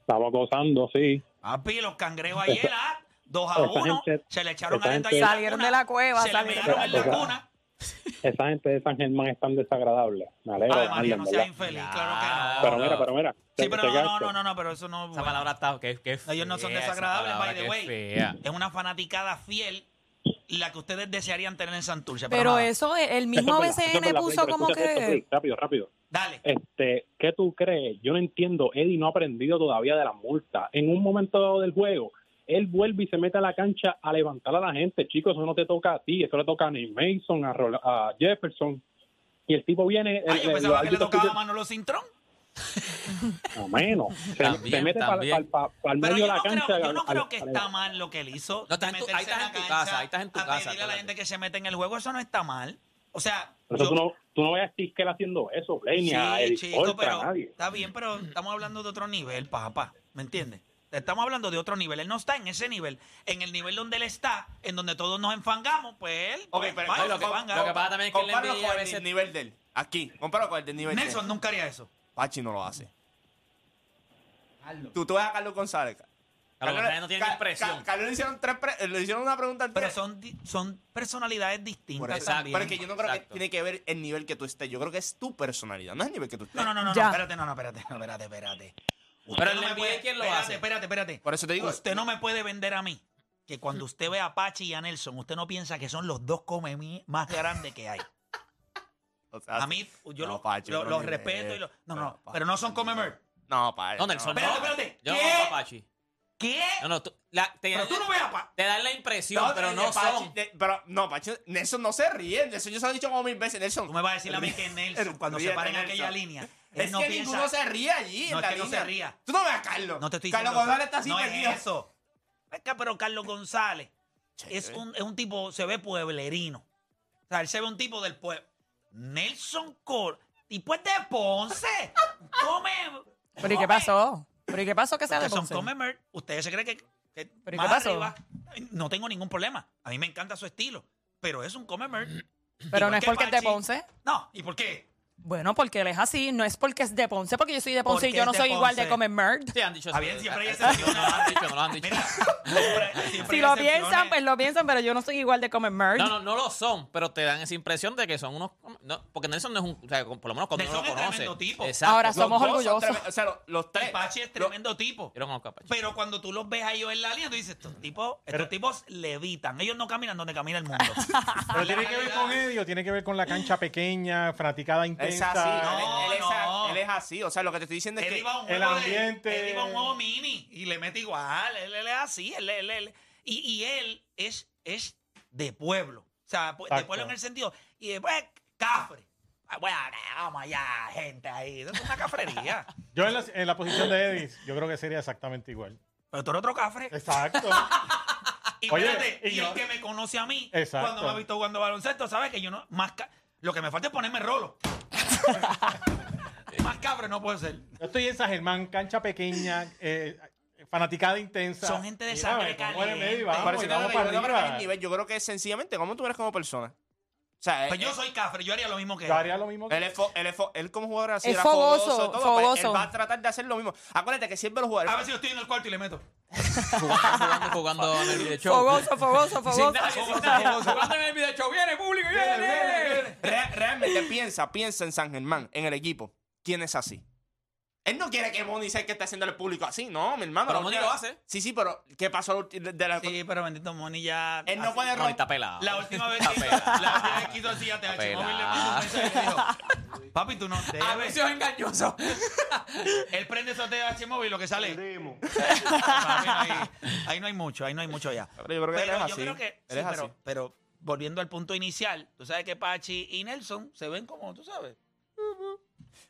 S10: Estamos gozando, sí.
S2: Papi, los cangrejos ayer, ah, 2 a
S7: Esa
S2: 1.
S7: gente-
S2: Se le echaron
S7: esa
S2: a
S7: gente-
S8: Salieron de la cueva,
S2: Se le
S8: salieron.
S2: mearon en la
S7: Esa-
S2: cuna.
S7: Esa gente de San Germán es tan desagradable. Me alegro,
S2: Ay,
S7: Marlon,
S2: María, no
S7: ¿verdad?
S2: seas infeliz, claro que no.
S7: Pero mira, pero mira.
S2: Sí,
S7: te-
S2: pero
S7: te
S2: no, no,
S7: gasto.
S2: no, no, no, pero eso no.
S3: Esa palabra está. Que, que fea,
S2: Ellos no son
S3: esa
S2: desagradables,
S3: palabra,
S2: by the
S3: qué
S2: way.
S3: fea.
S2: Es una fanaticada fiel la que ustedes desearían tener en Santurce.
S8: Pero
S2: nada.
S8: eso, el
S7: Esto
S8: mismo
S7: es verdad, esto es
S8: BCN
S7: verdad,
S8: puso
S7: pero
S8: como
S7: escucha esto,
S8: que...
S7: Luis, Rápido, rápido.
S2: Dale.
S5: Eh,
S7: Este, ¿qué tú crees? Yo no entiendo. Eddie no ha aprendido todavía de la multa. En un momento dado del juego, él vuelve y se mete a la cancha a levantar a la gente. Chicos, eso no te toca a ti. Eso le toca a Nate Mason, a, Rola- a Jefferson. Y el tipo viene. el-
S2: Ay, yo
S5: eh,
S7: el-
S2: pensaba
S7: los
S2: que le
S7: árbitros
S2: tocaba a
S7: dicen,
S2: Manolo Cintrón.
S7: "A menos. Se,
S3: También,
S7: se mete para
S3: también.
S7: el
S2: Pero
S7: medio
S2: yo
S7: de la
S2: no,
S7: cancha.
S2: creo, yo
S7: a-
S2: no
S7: a-
S2: creo que
S7: a-
S2: está mal lo que él hizo.
S3: No, estás en tu-
S2: meterse
S3: ahí estás
S2: la
S3: en tu
S2: cancha
S3: casa, ahí estás en tu
S2: a
S3: casa,
S2: pedirle a la
S3: acuérdate.
S2: gente que se mete en el juego, eso no está mal. O sea,
S7: Pero eso
S2: yo-
S7: tú, no, tú no veas a Tiskel haciendo eso, Play, ni a
S2: sí,
S7: Eric
S2: chico,
S7: Oltra,
S2: pero
S7: a nadie.
S2: está bien, pero estamos hablando de otro nivel, papá. ¿Me entiendes? Estamos hablando de otro nivel. Él no está en ese nivel. En el nivel donde él está, en donde todos nos enfangamos, pues él. pues,
S4: pero
S2: vaya,
S3: lo
S2: se
S3: que-
S2: fanga.
S3: lo que pasa también es que él le
S4: Compáralo
S3: envía
S4: con
S3: a
S4: el
S3: veces-
S4: nivel de él. Aquí, compáralo con el del nivel de
S2: Nelson
S4: él.
S2: nunca haría eso.
S4: Pachi no lo hace. Tú, tú ves a Carlos González.
S3: Carlos González no tiene
S4: Ca-
S3: ni presión.
S4: Ca- Carlos le hicieron, tres pre- le hicieron una pregunta
S2: Pero
S4: entera.
S2: son, di- son personalidades distintas.
S4: Por eso.
S2: también.
S4: Pero es que yo no creo que
S3: Exacto.
S4: tiene que ver el nivel que tú estés. Yo creo que es tu personalidad, no es el nivel que tú estés.
S2: No, no, no, no, no,
S8: Ya.
S2: espérate, no, no, espérate, no, espérate, espérate. Usted
S3: Pero el
S2: no me
S3: NBA,
S2: puede-
S3: ¿quién lo
S2: espérate,
S3: hace?
S2: Espérate, espérate.
S4: Por eso te digo.
S2: Usted no me puede vender a mí que cuando usted ve a Apache y a Nelson, usted no piensa que son los dos come mí más grandes que
S4: *laughs*
S2: hay.
S4: O sea,
S2: A mí, yo
S4: Ah, No,
S2: lo-
S4: Pachi,
S2: lo-
S4: otro
S2: los
S4: nivel.
S2: respeto y los... No, no,
S4: Pachi,
S2: pero no son
S4: otro
S2: come
S4: nivel.
S2: mer.
S4: No, padre.
S3: No, Nelson,
S2: Espérate,
S3: no.
S2: espérate.
S3: Yo no
S2: ¿Qué?
S3: conozco a Pachi.
S2: ¿Qué?
S3: No, no, tú- la- te,
S2: Pero tú no ves a Apache.
S3: te dan la impresión, pero
S4: de-
S3: no
S4: de eh, Pachi-
S3: son.
S4: de- pero no, Pachi, Nelson no se ríe. Nelson, yo se lo he dicho como mil veces. Nelson.
S2: Tú me vas a
S4: *laughs*
S2: decir a mí que Nelson, cuando se
S4: Ríete,
S2: para en
S4: Nelson.
S2: aquella línea, él
S4: Es
S2: no
S4: que
S2: piensa...
S4: ninguno se ríe allí.
S2: No,
S4: en
S2: es
S4: la
S2: que no
S4: línea.
S2: se ría.
S4: Tú no ves a Carlos.
S2: No te estoy
S4: Carlos
S2: diciendo
S4: González está así
S2: no
S4: perdido.
S2: Es eso. Venga, pero Carlos González
S4: Che,
S2: es
S4: eh.
S2: un, es un tipo, se ve pueblerino. O sea, él se ve un tipo del pueblo. Nelson Cor, tipo es de Ponce. Come.
S8: ¿Pero y qué
S2: come.
S8: pasó? ¿Pero y qué pasó que sea de
S2: Nelson
S8: Ponce?
S2: come mer- Ustedes se creen que, que
S8: ¿Pero y
S2: más
S8: qué pasó?
S2: arriba. No tengo ningún problema. A mí me encanta su estilo. Pero es un come mer.
S8: Pero
S2: ¿Y
S8: no es
S2: por
S8: porque
S2: qué
S8: es de
S2: Pachi?
S8: Ponce.
S2: No, ¿y por qué?
S8: Bueno, porque él es así. No es porque es de Ponce, porque yo soy de Ponce y
S2: Porque
S8: yo
S2: es
S8: no
S2: de
S8: soy igual de
S2: Ponce.
S8: comer merd.
S3: Sí, han dicho
S2: Está bien, siempre hay
S3: Eh, eh,
S2: excepciones.
S3: No lo han dicho, no lo han dicho.
S8: *laughs*
S2: Mira, siempre- siempre
S8: Si
S2: hay
S8: lo
S2: excepciones.
S8: piensan, pues lo piensan, pero yo no soy igual de comer merd.
S3: No, no, no lo son, pero te dan esa impresión de que son unos. no, porque Nelson no es un. O sea, por lo menos cuando
S2: Nelson
S3: uno lo
S2: es
S3: conoce.
S2: tremendo tipo.
S3: Exacto.
S8: Ahora
S3: Yo-
S8: somos
S4: Los dos son
S8: orgullosos.
S4: tremen- O sea, los, los tres.
S2: El Pachi es
S4: los-
S2: tremendo tipo.
S3: Yo no conozco a Pachi.
S2: Pero cuando tú los ves a ellos en la línea, tú dices, estos tipos, estos tipos levitan. Ellos no caminan donde camina el mundo.
S5: Pero tiene que ver con Eddie o tiene que ver con la cancha pequeña, fanaticada
S4: Es
S5: intensa. Eh,
S4: así,
S2: No,
S4: él, él es a-
S2: no.
S4: él es así. O sea, lo que te estoy diciendo es
S2: Él
S4: que
S2: iba a un
S5: el
S2: juego de-
S5: ambiente-
S2: él iba a un juego mini y le mete igual. Él, él es así. Él, él- él- y, y él es, es de pueblo. O sea, pu- de
S5: Exacto.
S2: pueblo en el sentido. Y después, cafre. Ah, Bueno, vamos allá, gente ahí. Eso es una cafrería.
S5: Yo en la, en la posición de Eddie, yo creo que sería exactamente igual.
S2: Pero tú eres otro cafre.
S5: Exacto.
S2: Y
S5: Oye,
S2: espérate,
S5: y
S2: y,
S5: yo-
S2: el que me conoce a mí,
S5: Exacto.
S2: cuando me ha visto jugando baloncesto, sabe que yo no. Más ca- Lo que me falta es
S5: *laughs*
S2: ponerme rolo. más cabrón no puede ser.
S5: Yo estoy en San Germán, cancha pequeña, eh, fanaticada intensa.
S2: Son gente de
S5: Mira,
S2: sangre
S5: me pongo en el medio
S2: caliente.
S5: y vamos,
S4: Por
S5: y
S4: eso te
S5: vamos
S4: digo que
S5: para
S4: yo no creo que es el
S5: arriba.
S4: nivel. Yo creo que es sencillamente cómo tú eres como persona. O sea,
S2: Pues
S4: él,
S2: yo soy cafre, yo haría lo mismo que él.
S5: Yo haría lo mismo que
S4: él es fo- él es fo- él como jugador así
S8: Es
S4: era
S8: fogoso,
S4: fogoso, todo, pues,
S8: fogoso.
S4: él va a tratar de hacer lo mismo. Acuérdate que siempre los
S2: A
S4: jugadores.
S2: ver si yo estoy en el cuarto y le meto.
S3: jugando, jugando, jugando en el video show.
S8: Fogoso,
S2: *laughs*
S8: fogoso,
S3: Sin
S8: fogoso.
S3: nadie, sin nadie, jugando en el video show. Viene público, viene, viene.
S4: Re- realmente piensa, piensa en San Germán, en el equipo. ¿Quién es así? Él no quiere que Bonnie sea el que está haciendo el público así, no, mi hermano.
S3: Pero
S4: la
S3: Bonnie
S4: última-
S3: lo hace.
S4: Sí, sí, pero ¿qué pasó la ulti- de la-
S2: Sí, pero bendito Moni ya.
S4: Él no
S2: así-
S4: puede
S3: No,
S4: romper.
S3: está
S2: *laughs*
S3: pelado.
S2: La última vez
S3: Está
S2: que
S3: pelado.
S2: la última vez que hizo así a TH Móvil le mandó un mensaje y le dijo, Papi, tú no
S4: Eh,
S2: debes.
S3: Anuncios
S4: *laughs*
S3: engañosos.
S2: Él prende eso a TH Móvil y lo que sale. *laughs* Papi, no hay- ahí no hay mucho, ahí no hay mucho ya.
S4: Pero yo creo que
S2: Pero
S4: él es
S2: yo
S4: así.
S2: creo que. sí,
S4: Él es así.
S2: pero, pero volviendo al punto inicial, tú sabes que Pachi y Nelson se ven como, tú sabes.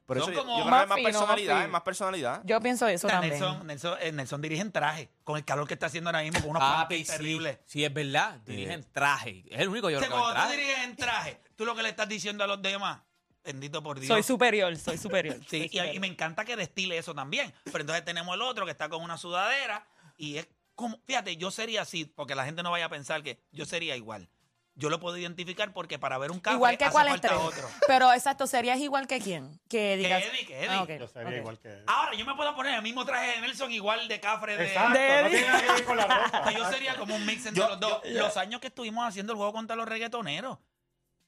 S4: Por eso
S2: son
S4: yo,
S2: como
S4: yo creo que
S8: más
S4: es más
S8: finos, más
S4: personalidad, es
S8: finos.
S4: más personalidad.
S8: Yo pienso eso
S2: O sea,
S8: también.
S2: Nelson, Nelson, eh, Nelson dirige en traje con el calor que está haciendo ahora mismo, con unos
S3: Papi,
S2: panties terribles.
S3: sí. Sí, es verdad. Dirigen traje. Es el único yo
S2: O sea,
S3: creo que va en
S2: cuando tú
S3: traje.
S2: diriges en traje, tú lo que le estás diciendo a los demás, bendito por Dios.
S8: Soy superior, soy superior.
S2: Sí, y, y me encanta que destile eso también. Pero entonces tenemos el otro que está con una sudadera y es como, fíjate, yo sería así, porque la gente no vaya a pensar que yo sería igual. yo lo puedo identificar porque para ver un café
S8: igual que
S2: hace
S8: cuál
S2: falta
S8: estrella.
S2: otro.
S8: Pero exacto, serías igual que quién. Que digas.
S2: Eddie, que Eddie.
S8: Ah, ok,
S5: Yo sería
S8: ok.
S5: igual que él.
S2: Ahora, yo me puedo poner el mismo traje de Nelson igual de cafre de...
S5: Exacto, no tiene nada que ver con la ropa.
S3: *laughs*
S2: O sea, yo sería como un mix entre los dos. Los años que estuvimos haciendo el juego contra los reggaetoneros,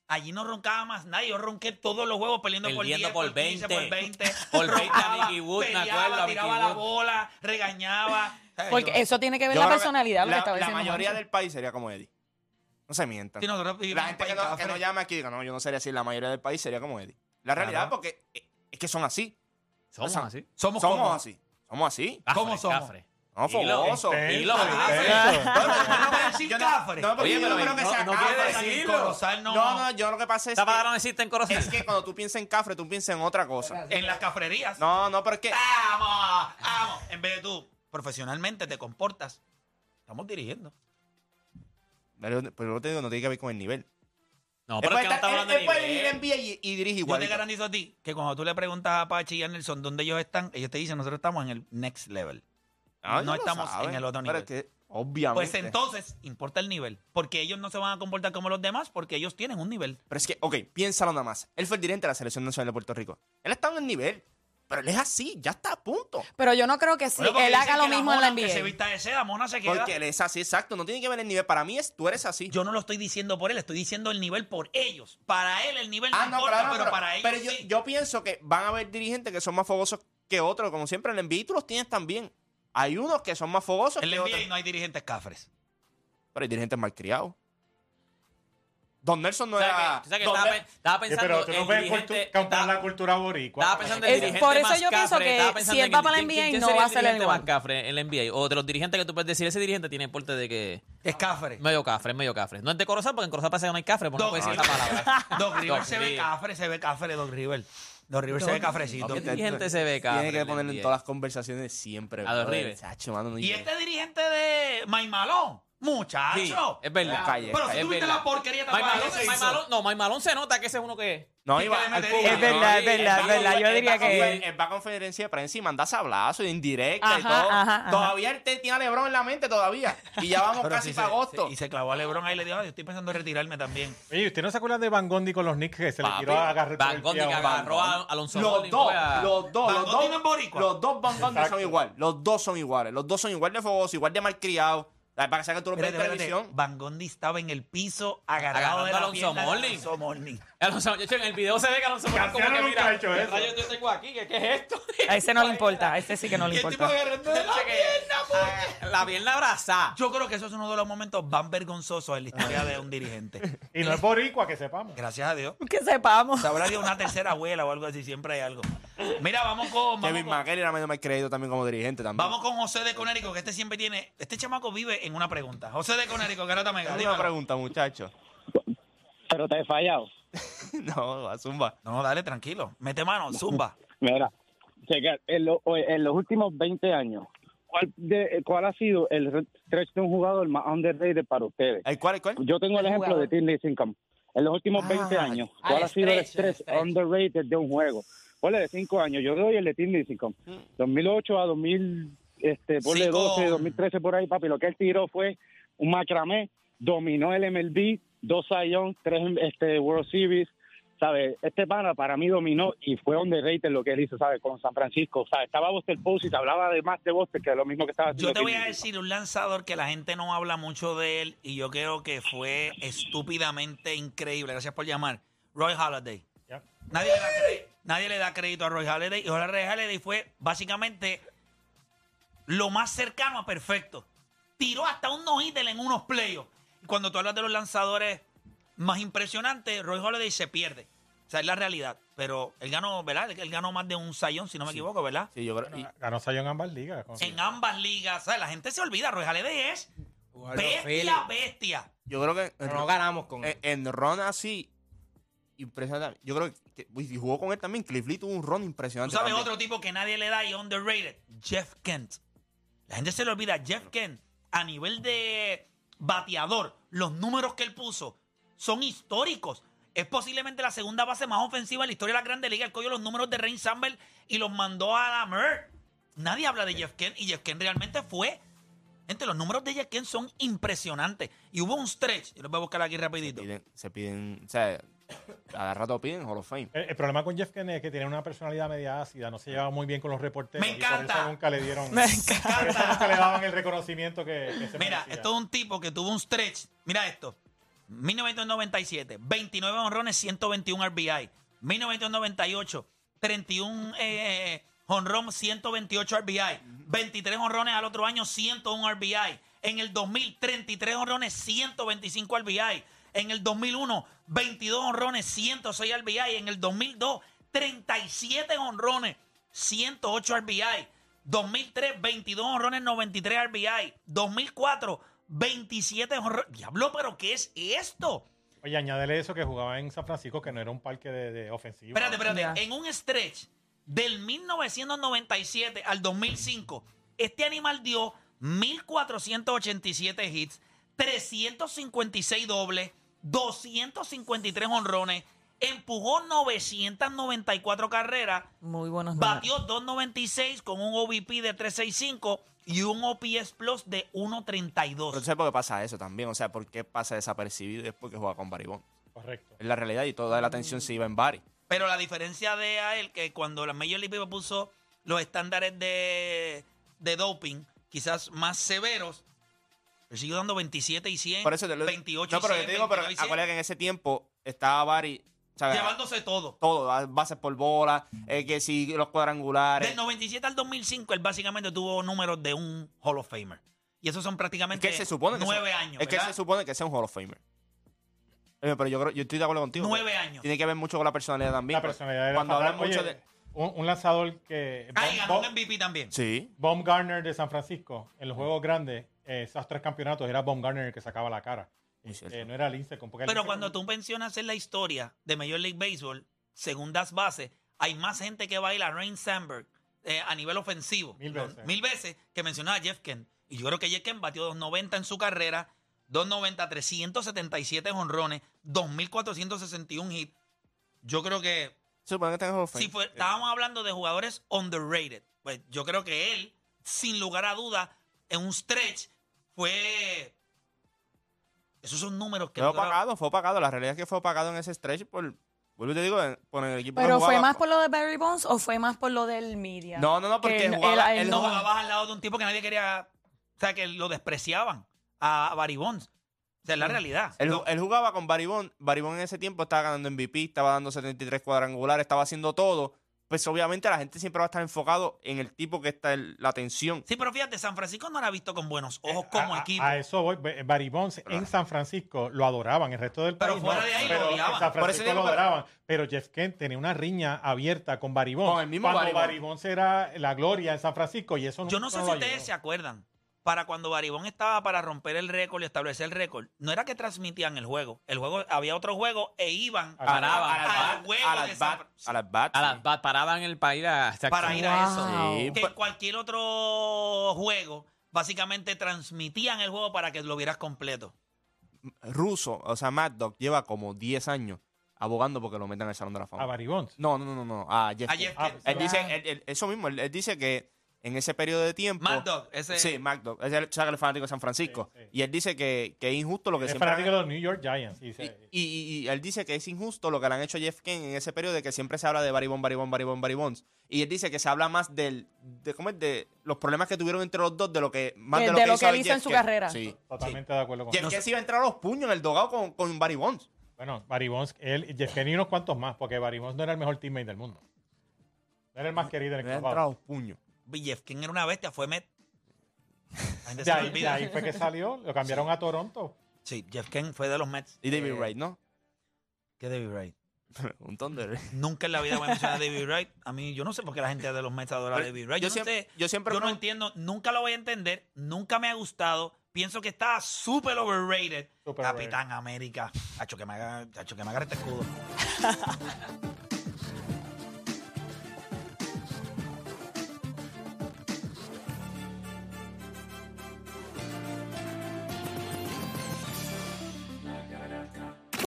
S2: allí no roncaba más nadie. Yo ronqué todos los juegos peleando por 10,
S3: Perdiendo
S2: por
S3: por
S2: 15, por
S3: 20.
S2: 20.
S3: *laughs* Por 20 a
S2: roncaba,
S3: Mickey Wood, me
S2: peleaba,
S3: acuerdo, a
S2: tiraba
S3: Mickey
S2: la
S3: Wood.
S2: bola, regañaba. ¿Sabes?
S8: Porque
S2: Yo-
S8: eso tiene que ver
S4: Yo
S8: la
S4: creo que
S8: personalidad. lo que
S4: La,
S8: estaba
S4: la
S8: diciendo
S4: mayoría
S8: Juancho.
S4: del país sería como Eddie. No se mientan.
S2: Sí, nosotros vivimos
S4: la
S2: en
S4: gente
S2: un
S4: que
S2: país
S4: no, que
S2: cafre.
S4: no llama aquí, diga, no, yo no sería así. La mayoría del país sería como Eddie. La realidad,
S2: Claro.
S4: porque eh, es que son así.
S3: Somos
S4: Son-
S3: así.
S2: Somos,
S4: Somos
S2: como-
S4: así. Somos así.
S2: Cafre,
S3: Cafre,
S2: somos?
S3: cafre.
S4: No,
S3: Y lo-
S4: fogosos.
S5: Intenso,
S3: y lo-
S5: intenso.
S4: No, no, yo no voy a
S2: Sin
S4: decir yo no-
S2: cafre. Ah, pues,
S4: No, porque
S3: Oye,
S4: yo no
S3: pero
S4: creo que
S3: no-
S4: sea
S3: no
S4: cafre.
S3: quiere
S2: decirlo.
S4: Sin corozal, no. No, no, yo lo que pasa es
S3: Esta palabra
S4: que,
S3: no existe en Corozal.
S4: es que cuando tú piensas en cafre, tú piensas en otra cosa.
S2: En las cafrerías.
S4: No, no, pero es que...
S2: ¡Vamos! ¡Vamos! En vez de tú, profesionalmente te comportas. Estamos dirigiendo.
S4: Pero, pero yo te digo, no tiene que ver con el nivel.
S3: No, pero es que no está hablando de
S4: Él puede ir
S3: nivel.
S4: en NBA y, y dirige
S2: Yo
S4: igual.
S2: te garantizo a ti que cuando tú le preguntas a Pachi y a Nelson dónde ellos están, ellos te dicen, nosotros estamos en el next level.
S3: Ah,
S2: no estamos en el otro nivel.
S4: Pero es que, obviamente.
S2: Pues entonces importa el nivel, porque ellos no se van a comportar como los demás, porque ellos tienen un nivel.
S4: Pero es que, ok, piénsalo nada más. Él fue el dirigente de la Selección Nacional de Puerto Rico. Él está en el nivel, pero él es así, ya está a punto.
S8: Pero yo no creo que sí.
S2: Bueno, porque
S8: él
S2: dicen
S8: haga
S2: que
S8: lo mismo en
S2: mona,
S8: la
S2: aunque se
S8: NBA.
S2: vista de seda, mona se queda.
S4: Porque él es así, exacto. No tiene que ver el nivel. Para mí es, tú eres así.
S2: Yo no lo estoy diciendo por él, estoy diciendo el nivel por ellos. Para él el nivel
S4: Ah,
S2: no, importa, pero, para ellos
S4: yo,
S2: sí.
S4: yo pienso que van a haber dirigentes que son más fogosos que otros. Como siempre, en el NBA tú los tienes también. Hay unos que son más fogosos
S2: en
S4: que
S2: la NBA
S4: otros.
S2: no hay dirigentes cafres.
S4: Pero hay dirigentes malcriados. Don Nelson no
S3: O sea,
S4: era...
S3: que- o sea, que
S4: Don
S3: estaba,
S4: Nel-
S3: pe- estaba
S5: Oye,
S3: pensando
S5: Eh, Pero tú no
S3: en
S5: ves
S3: dirigente-
S5: cultu- comprar la
S3: estaba-
S5: cultura boricua.
S3: estaba pensando en
S8: Es-
S3: el dirigente
S8: por eso
S3: más
S8: yo pienso
S3: cafre,
S8: que
S3: estaba pensando
S8: si él
S3: en
S8: va
S3: el-
S8: para la
S3: ¿quién-
S8: NBA
S3: quién
S8: no
S3: sería
S8: va a
S3: el
S8: ser el
S3: dirigente
S8: igual?
S3: más cafre en la NBA? O de los dirigentes que tú puedes decir, ese dirigente tiene porte de que
S2: Es cafre.
S3: medio cafre, es medio cafre. No es de Corozal, porque en Corozal parece que no hay cafre, porque no puedes decir esa
S2: *laughs*
S3: palabra.
S2: Doc River
S3: Doc
S2: se ve
S3: River.
S2: cafre, se ve cafre, Doc River. Doc River se ve cafrecito.
S4: Ok,
S3: El dirigente se ve
S4: Tiene
S3: cafre,
S4: que ponerlo en
S3: el
S4: todas las conversaciones siempre.
S3: A los
S4: brother.
S3: River.
S4: Chacho, mano, no
S2: Y
S4: llega.
S2: este dirigente de Maimalón, muchacho.
S3: Sí, es verdad.
S4: Calle,
S2: Pero si
S4: calle,
S3: es
S2: tuviste
S3: verdad.
S2: la porquería
S3: Mike
S2: tapada,
S3: Malone-
S2: ¿qué se
S3: Mike
S2: hizo?
S3: Malone- no, Mike Malone se nota que ese es uno que...
S4: No,
S2: ¿Y
S4: iba
S2: qué le
S4: al
S2: metería?
S4: público.
S2: Es
S6: verdad, es
S4: No,
S6: verdad,
S4: él
S6: es
S4: va
S6: verdad.
S4: con-
S6: Yo
S4: él
S6: diría
S4: va con
S6: que-
S4: fe- Él va a conferencia de prensa y manda sablazos, indirecta y
S8: Ajá,
S4: todo.
S8: ajá, ajá.
S4: Todavía él te- tiene a Lebron en la mente todavía. Y ya vamos
S2: *laughs* Pero
S4: casi
S2: sí se-
S4: para agosto.
S2: se- Y se clavó a Lebron ahí y le dijo, "Ay, yo estoy pensando en retirarme también.
S5: Oye, ¿usted no se acuerda de Van Gondi con los Knicks que se le
S4: Papi,
S5: tiró a agarrar
S3: Van Gondi que agarró a Alonso
S4: Los
S3: Mourning,
S4: dos,
S3: fue a-
S4: los dos,
S2: Van
S4: los
S2: Gondi no es
S4: dos,
S2: boricua.
S4: los dos Van Gondi
S5: Exacto.
S4: son igual, los dos son iguales, los dos son igual de fogosos, igual de malcriados, La- para que sea que tú lo veas en
S2: Espérate, espérate.
S4: televisión.
S2: Van Gondi estaba en el piso agarrado
S3: Agarrando
S2: de
S3: a
S2: la
S3: Alonso
S2: pierna de
S3: Mourning.
S2: Alonso Mourning.
S3: Alonso, de hecho, en el video se ve que Alonso Mourning como
S5: Casiano
S3: que
S5: nunca
S3: mira,
S5: ha hecho eso.
S3: "Rayos, yo tengo aquí, ¿qué, qué es esto? *laughs*
S8: A ese no le importa. A ese sí que no
S2: *laughs*
S8: le
S2: Y el tipo
S8: importa.
S2: agarrando de la pierna, puñe.
S3: La pierna abrazada.
S2: Yo creo que eso es uno de los momentos más vergonzosos en la historia de un dirigente.
S5: Y no es boricua, que sepamos.
S2: Gracias a Dios.
S8: Que sepamos.
S2: Sabrá Dios una tercera abuela o algo así, siempre hay algo. Mira, vamos con, vamos
S4: Kevin
S2: con,
S4: McHale era medio malcriado también como dirigente también.
S2: vamos con José de Conérico, que este siempre tiene. Este chamaco vive en una pregunta. José de Conérico, garota mega.
S4: Tengo
S2: dímelo.
S4: una pregunta, muchachos.
S7: Pero te he fallado.
S4: *laughs* no, a Zumba.
S2: No, no, dale, tranquilo. Mete mano, zumba.
S7: Mira, checa, en, lo- en los últimos 20 años, ¿cuál, de- cuál ha sido el re- stretch de un jugador más underrated para ustedes?
S4: ¿El cuál, el cuál?
S7: Yo tengo
S8: El
S7: el ejemplo
S8: jugador.
S7: de Tim Lincecum. En los últimos 20 años,
S3: ah,
S7: ¿cuál
S3: el
S7: ha sido el
S3: stretch, el
S7: stretch
S3: stretch.
S7: underrated de un juego? Ponle de 5 años. Yo doy el de Tim Lincecum.
S4: Mm.
S7: 2008 a 2000, este, ponle
S2: Sí, con-
S7: 12, 2013 por ahí, papi. Lo que él tiró fue un macramé, dominó el MLB, dos Zion, tres este, World Series. ¿Sabes? Este pana para mí dominó y fue underrated lo que él hizo, ¿sabes? Con San Francisco. ¿Sabes? Estaba Buster Posey, te hablaba de más de Buster que de lo mismo que
S5: Ah,
S7: estaba haciendo.
S2: Yo te voy
S7: Tim
S2: a
S7: Lincecum.
S2: decir un lanzador que la gente no habla mucho de él y yo creo que fue estúpidamente increíble. Gracias por llamar. Roy Halladay.
S5: Ya.
S2: Nadie le, da cre- nadie le da crédito a Roy Halladay. Y Roy Halladay fue básicamente lo más cercano a perfecto. Tiró hasta un no-hitter en unos playoffs. Y Cuando tú hablas de los lanzadores más impresionantes, Roy Halladay se pierde. O sea, es la realidad. Pero él ganó, ¿verdad? Él ganó más de un sayón, si no me equivoco, ¿verdad?
S4: Sí, yo creo. y-
S5: Ganó Sayon ambas ligas. con-
S2: En ambas ligas. O sea, la gente se olvida. Roy Halladay es bestia, bestia.
S4: Yo creo que en,
S6: Pero no ganamos con él.
S4: en- en Ron así, impresionante. Eh, Yo creo que, que- uy, y jugó con él también. Cliff Lee tuvo un Ron
S2: Tú
S4: impresionante.
S2: sabes
S4: también.
S2: otro tipo que nadie le da y underrated, Jeff Kent. La gente se le olvida, Jeff Kent, a nivel de bateador, los números que él puso son históricos. Es posiblemente la segunda base más ofensiva en la historia de la Grande Liga. Él cogió los números de Rain Samber y los mandó a la Mer. Nadie habla de Jeff Kent y Jeff Kent realmente fue Gente, los números de Jaquén son impresionantes. Y hubo un stretch, yo los voy a buscar aquí rapidito.
S4: Piden- se piden, o sea, cada rato piden Hall of Fame.
S5: El, el problema con Jeff Kennedy es que tiene una personalidad media ácida, no se llevaba muy bien con los reporteros.
S2: Me
S5: Y
S2: encanta.
S5: por eso nunca le dieron.
S8: Me
S5: por eso
S8: encanta.
S5: nunca le daban el reconocimiento que, que se
S2: *laughs* Mira,
S5: merecía.
S2: esto es un tipo que tuvo un stretch. Mira esto. 1997, 29 honrones, 121 RBI. 1998, 31 eh, honrón, 128 RBI. 23 honrones al otro año, 101 RBI. En el 2000, 33 honrones, 125 RBI. En el 2001, 22 honrones, 106 RBI. En el 2002, 37 honrones, 108 RBI. 2003, 22 honrones, 93 RBI. 2004, 27 honrones. Diablo, pero ¿qué es esto?
S5: Oye, añádele eso que jugaba en San Francisco, que no era un parque de, de ofensivo.
S2: Espérate, espérate.
S8: Ya.
S2: En un stretch del 1997 al 2005, este animal dio 1.487 hits, 356 dobles, 253 honrones, empujó 994 carreras,
S8: Muy buenos números.
S2: Batió 2.96 con un OVP de 3.65 y un OPS Plus de
S4: Pero tú
S2: 1.32.
S4: sabes por qué pasa eso también. O sea, por qué pasa desapercibido es porque juega con Barry Bonds.
S5: Correcto.
S4: Es la realidad y toda la atención se iba en Barry.
S2: Pero la diferencia de a él que cuando la Major League Baseball puso los estándares de, de doping quizás más severos, él siguió dando 27 y 100,
S4: Por eso te lo
S2: 28
S4: No, pero
S2: y
S4: yo
S2: 100,
S4: te digo, pero
S2: 29 y 100,
S4: acuérdate que en ese tiempo estaba Barry, ¿sabes?
S2: llevándose todo.
S4: Todo, a- bases por bola, eh, que si los cuadrangulares.
S2: Del 97 al 2005 él básicamente tuvo números de un Hall of Famer. Y esos son
S4: es
S2: prácticamente
S4: que se supone que
S2: nueve
S4: sea-
S2: años.
S4: Es que
S2: ¿verdad?
S4: se supone que sea un Hall of Famer. Eh, Pero yo creo, yo estoy de acuerdo contigo.
S2: Nueve
S4: pero
S2: años.
S4: Tiene que ver mucho con la personalidad también.
S5: La personalidad era
S4: Cuando
S5: fatal.
S4: hablan mucho
S5: Oye,
S4: de.
S5: Un, un lanzador que.
S2: Ah, y
S5: Bob-
S2: ganó un
S5: Bob-
S2: MVP también.
S4: Sí.
S5: Baumgartner de San Francisco, en los juegos grandes, eh, esos tres campeonatos, era Baumgartner el que sacaba la cara.
S4: muy cierto.
S5: Eh, no era Lince. Porque
S2: Pero
S5: Lincecum-
S2: cuando tú mencionas en la historia de Major League Baseball, según das bases, hay más gente que baila a Rain Sandberg eh, a nivel ofensivo.
S5: Mil
S2: ¿no?
S5: veces.
S2: Mil veces que mencionaba a Jeff Kent. Y yo creo que Jeff Kent batió 290 en su carrera, 290, 377 honrones, 2461 hits. Yo creo que
S4: Se supone que está en Hall of Eh, Fame.
S2: si fue- estábamos hablando de jugadores underrated, pues yo creo que él, sin lugar a duda, en un stretch, fue. Esos son números que
S4: Fue
S2: yo creo-
S4: pagado, fue pagado. La realidad es que fue pagado en ese stretch por. Vuelvo y te digo, en- por el equipo que
S8: ¿Pero fue
S4: jugaba.
S8: más por lo de Barry Bonds o fue más por lo del media?
S4: No, no, no, porque
S8: Que él-
S4: jugaba-
S8: él-
S4: él
S2: no
S8: no-
S2: jugabas al lado de un tipo que nadie quería. O sea, que lo despreciaban a, a Barry Bonds. O sea, es la realidad.
S4: Él,
S2: No,
S4: él jugaba con Baribón. Baribón en ese tiempo estaba ganando MVP, estaba dando 73 cuadrangulares, estaba haciendo todo. Pues obviamente la gente siempre va a estar enfocado en el tipo que está el- la atención.
S2: Sí, pero fíjate, San Francisco no la ha visto con buenos ojos
S5: Eh,
S2: como
S5: a- a-
S2: equipo.
S5: A, eso voy. Be- Barry Bonds en San Francisco lo adoraban, el resto del
S2: Pero
S5: país.
S2: fuera
S5: no,
S2: de ahí lo
S5: pero en
S2: odiaban.
S5: San
S4: Por eso
S5: Francisco
S4: digo,
S5: lo
S4: pero-
S5: adoraban. Pero Jeff Kent tenía una riña abierta con Barry Bonds.
S4: Con el mismo
S5: Cuando
S4: Barry
S5: Barry Bonds era la gloria en San Francisco y eso nunca
S2: Yo no sé
S5: lo
S2: si
S5: ayudó.
S2: ustedes se acuerdan. Para cuando Baribón estaba para romper el récord y establecer el récord, no era que transmitían el juego. El juego había otro juego e iban
S5: A-
S3: Paraba.
S2: al
S4: bat,
S2: juego
S4: al
S2: de
S4: at
S2: San
S4: bat,
S2: Fran-
S4: al at bat.
S3: A las ba- paraban el país a, hasta
S2: para ir a eso.
S8: Wow.
S4: Sí.
S2: que en cualquier otro juego, básicamente transmitían el juego para que lo vieras completo.
S4: Ruso, o sea, Mad Dog lleva como 10 años abogando porque lo metan al Salón de la
S5: A
S4: Fama.
S5: Barry Bonds.
S4: No, no, no, no, no, a Jeff.
S2: A
S4: Kent.
S2: Jeff
S5: Ah,
S2: Kent.
S4: Él
S8: Ya.
S4: dice, él- él- eso mismo, él, él dice que en ese periodo de tiempo...
S2: Mad Dog, ese-
S4: Oh, Sí, Mad Dog. Ese Es el, sabe que él es fanático de San Francisco.
S5: Sí, sí.
S4: Y él dice que, que es injusto lo que
S5: Es
S4: siempre...
S5: fanático de los New York Giants. sí,
S4: Y,
S5: se-
S4: y- y él dice que es injusto lo que le han hecho a Jeff Kent en ese periodo de que siempre se habla de Barry Bonds, Barry Bonds, Barry Bonds, Barry Bonds. Y él dice que se habla más del, de, ¿cómo es? de los problemas que tuvieron entre los dos, de lo que más
S8: De-
S4: de, lo
S8: de
S4: que
S8: lo
S4: hizo
S8: que él
S4: Jeff
S8: hizo en su
S4: Kent.
S8: carrera.
S4: Sí.
S5: Totalmente de acuerdo con
S4: Jeff Kent se iba a entrar a los puños en el dogado con, con Barry Bonds.
S5: Bueno, Barry Bonds, él, y Jeff Kennedy y unos cuantos más, porque Barry Bonds no era el mejor teammate del mundo. No era el más querido
S4: Le
S5: en
S4: iba a
S5: el
S4: entrar a
S5: club.
S4: los puños.
S2: Jeff King era una bestia, fue Met. La
S4: *laughs*
S2: gente
S5: De
S2: se le
S5: ahí, de
S2: olvida.
S5: ahí fue que salió, lo cambiaron a Toronto.
S2: Sí, Jeff King fue de los Mets.
S4: Y David Wright, ¿no?
S2: ¿Qué David Wright?
S4: Un tonder.
S2: Nunca en la vida voy a mencionar a David Wright. A mí, yo no sé por qué la gente de los Mets adora a
S4: Pero
S2: David Wright. Yo,
S4: yo
S2: no
S4: siempre-
S2: sé,
S4: yo siempre
S2: yo no
S4: pregun-
S2: entiendo, nunca lo voy a entender, nunca me ha gustado. Pienso que está súper overrated.
S5: Súper
S2: Capitán América. Hacho, que me haga, hacho, que me agarre este escudo.